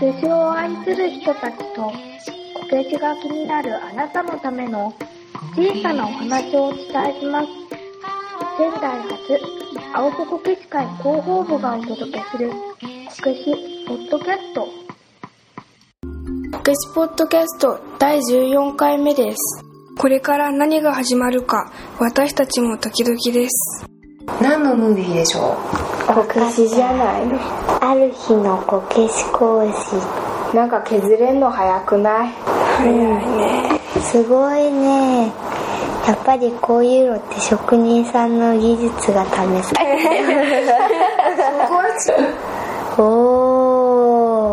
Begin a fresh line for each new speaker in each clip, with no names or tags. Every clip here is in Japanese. ケジを愛する人たちとこけしが気になるあなたのための小さなお話をお伝えします仙台発青子こけし会広報部がお届けするこけしポッドキャスト
こけしポッドキャスト第14回目です
これから何が始まるか私たちも時々です
何のムービーでしょ
こけしじゃないの
ある日のこけし講師
なんか削れんの早くない
早いね
すごいねやっぱりこういうのって職人さんの技術が試され
う
るお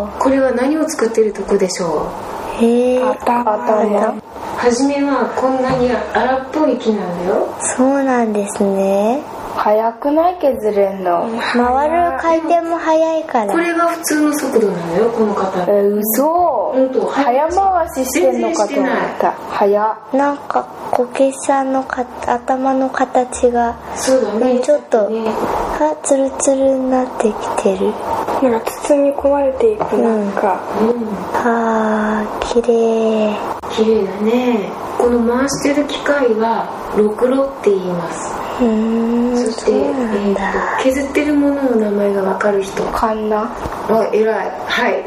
お
これは何を作ってるとこでしょ
へえ
頭
う初めはこんなに荒っぽい木なんだよ
そうなんですね
早くない削れんの
回る回転も速いから
これが普通の速度なのよこの
え
方
ー嘘
ほんと
早回ししてんのかと思った早
なんかこけしさんのか頭の形が
そうだ
う
ね
んちょっと
ね
あツルツルになってきてる
なんか包み込まれていくなんか、
うん
あー綺麗
綺麗だねこの回してる機械はろくろって言います
うーん
そして、
そうなん
えーと
だ
削ってるものの名前がわかる人
かんな
あ偉いはい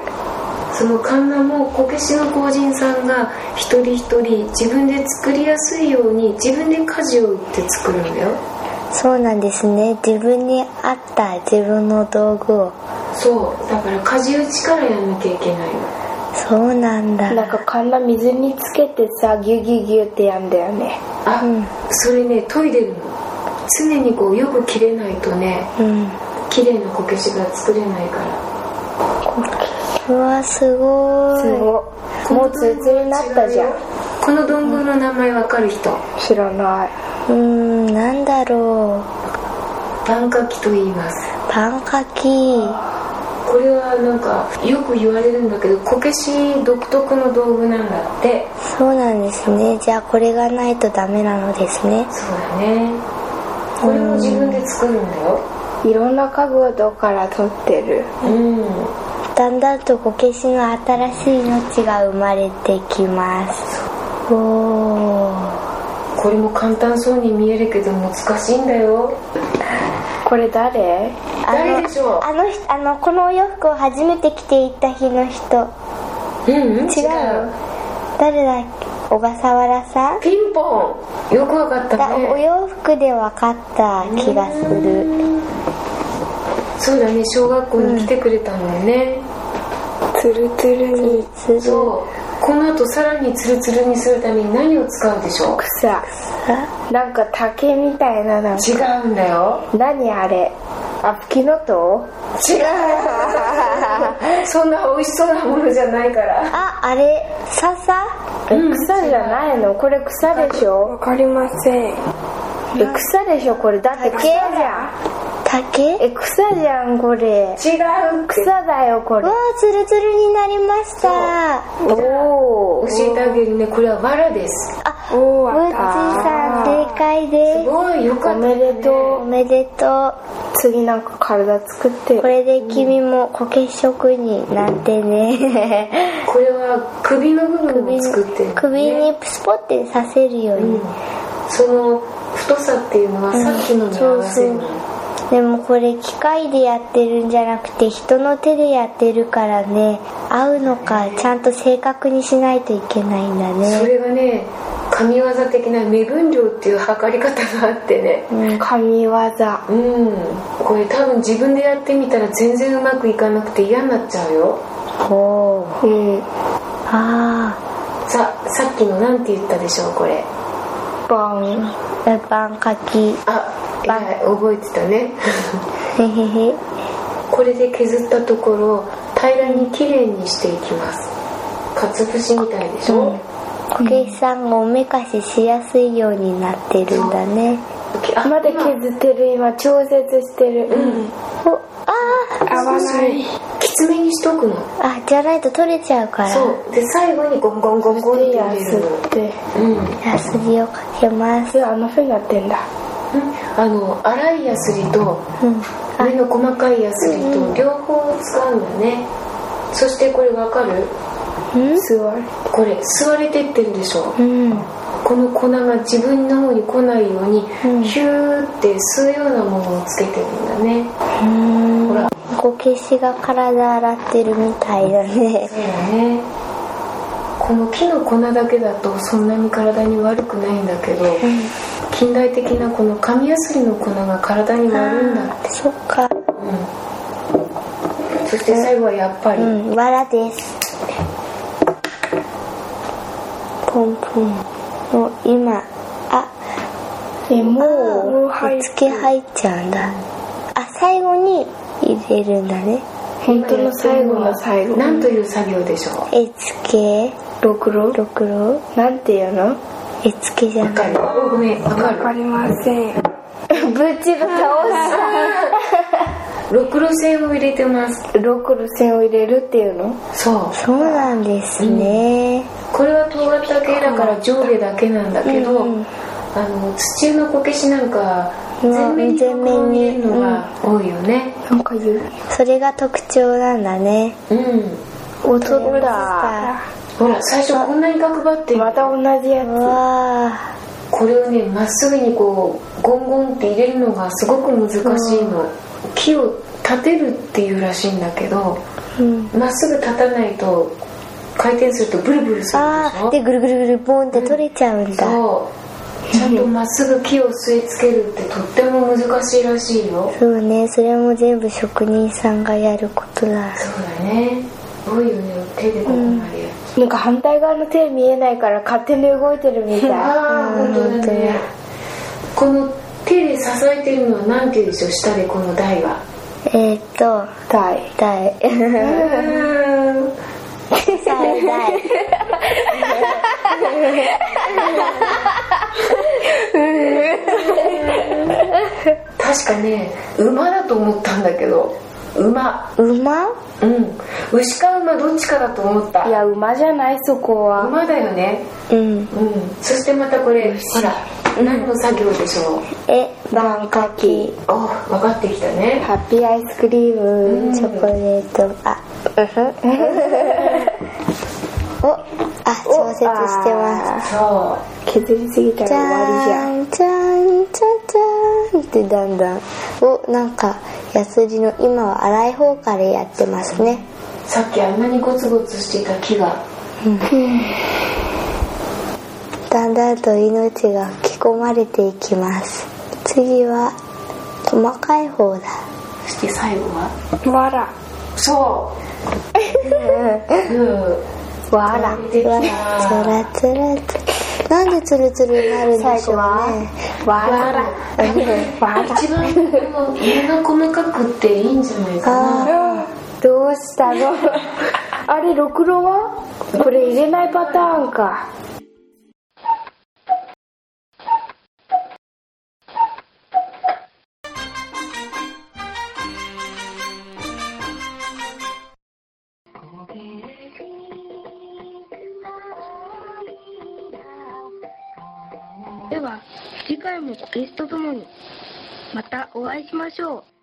そのカンナもこけしの工人さんが一人一人自分で作りやすいように自分で舵を打って作るんだよ
そうなんですね自分に合った自分の道具を
そうだから舵打ちからやんなきゃいけないの
そうなんだ
なんかかんな水につけてさギュギュギュってやんだよね
あ、それね研いでるの常にこうよく切れないとね
うん
綺麗なこけしが作れないから
うわすごい
すごいもうツルツルになったじゃん
このどんぐりの名前わかる人
知らないう
ーんなんだろう
パンカキと言います
パンかき
これはなんかよく言われるんだけどこけし独特の道具なんだって
そうなんですねじゃあこれがないとダメなのですね
そうだねこれも自分で作るんだよ
いろんな家具をどっから取ってる
うん
だんだんとこけしの新しい命が生まれてきますおー
これも簡単そうに見えるけど難しいんだよ
これ誰
誰でしょう
あの人あのこのお洋服を初めて着ていった日の人
うん、うん、
違う誰だっけ小笠原さん
ピンポンよくわかっ
だ
た
お
ね
洋服で分かった気がする
そうだね小学校に来てくれたんだよね、
ツルツルに
する
そうこの後さらにツルツルにするために何を使うでしょう
草なんか竹みたいななんか
違うんだよ
何あれあプキノト
違うそんな美味しそうなものじゃないから
ああれ笹
ウえ草じゃないのこれ草でしょ
わかりません
え草でしょこれだって草じゃん
竹
え草じゃんこ
違
れ
う
草だよこれ
わあツルツルになりました
おお
教えてあげるねこれは藁です
お
ぶ
お
っちーさん正解
す
です
ごいよかった、ね、
おめでと
おめでと
次なんか体作って
うこれで君もこけし職人なんて ね
これは首の部分を作ってる、ね、
首にスポってさせるように
その太さっていうのはさっきのに合わせるの、
でもこれ機械でやってるんじゃなくて人の手でやってるからね合うのかちゃんと正確にしないといけないんだ
そ
ね
れがね神業的な目分量っていう測り方があってね
神業あ
うんこれ多分自分でやってみたら全然うまくいかなくて嫌になっちゃうよ
ほう
うん
あ
ささっきのなんて言ったでしょうこれ
バン
あパンかき
あえらい覚えてたね
へへへ
これで削ったところを平らに綺麗にしていきますかつぶしみたいでしょ、
こけしさんがおめかししやすいようになってるんだね
あ
まだ
今
削ってる今調節してるうん
おあ
合わない
きつめにしとくの
ーあじゃないと取れちゃうから
そうで最後にゴンゴンゴンゴンって
で
や
や
れ
す
るの
って
うん
ヤスリをかけます
であのふうになってんだ
あの粗いヤスリと
うん
目の細かいヤスリと両方使うんだねそしてこれわかる
座る
これ吸われてってるでしょ
うん
この粉が自分の方に来ないように、ヒューって吸うようなものをつけてるんだねほら
こけしが体洗ってるみたいだね
そうだねこの木の粉だけだとそんなに体に悪くないんだけど、近代的なこの紙やすりの粉が体に悪いんだって、
そっか
そして最後はやっぱり、
うんわらですポンポンもう今あ
でも
もうつけ入っちゃうんだあ最後に入れるんだね
本当の最後の最後
なんという作業でしょう
絵付け
ろくろ
ろくろ
なんていうの
絵付けじゃ
わか
ない
るおごめんわかる
わかりません
ぶちぶ倒
ろくろ線を入れてます
すろくろ線を入れるっていうの
そう
そうなんですね、
これは尖った系だから上下だけなんだけど、あの土のこけしなんか
うん
全面にこう見えるのが多いよね
なんか言う
それが特徴なんだね
うん、
音
さ
だ
ほら最初こんなに角張って
また同じや
あわ
これをねまっすぐにこうゴンゴンって入れるのがすごく難しいの、木を立てるっていうらしいんだけど
ー、うん、
まっすぐ立たないと回転するとブルブルする
あ
でし
ー
ょ
でぐるぐるぐるボンって取れちゃうんだ、
そうちゃんとまっすぐ木を吸い付けるってとっても難しいらしいよ
そうねそれも全部職人さんがやることだ
そうだね多いよね手でここまで、
なんか反対側の手見えないから勝手に動いてるみたい
ああ本当だねこの手で支えてるのはなんて言うでしょう下でこの台は
えー、っと
大
台最大
確かね馬だと思ったんだけど馬
馬
うん牛か馬どっちかだと思った
いや馬じゃないそこは
馬だよね
うん
うんそしてまたこれほら何の作業でしょう
え
万花器
あ分かってきたね
ハッピーアイスクリーム
チョコレートあうんふん おあ調節してます
そう
削りすぎたら
じゃ
終わりじゃん
ーんじゃーんじゃじゃーんってだんだんおなんかやすりの今は粗い方からやってますね
さっきあんなにゴツゴツしていた木が
だんだんと命が吹き込まれていきます次は細かい方だ
そして最後は
わら
そううんわら出てき
わら
た
つらつらつなんでつるつるになるんでしょうね
わら一番でも家が細かくっていいんじゃないかな
どうしたのあれろくろはこれ入れないパターンか
では次回もゲストともにまたお会いしましょう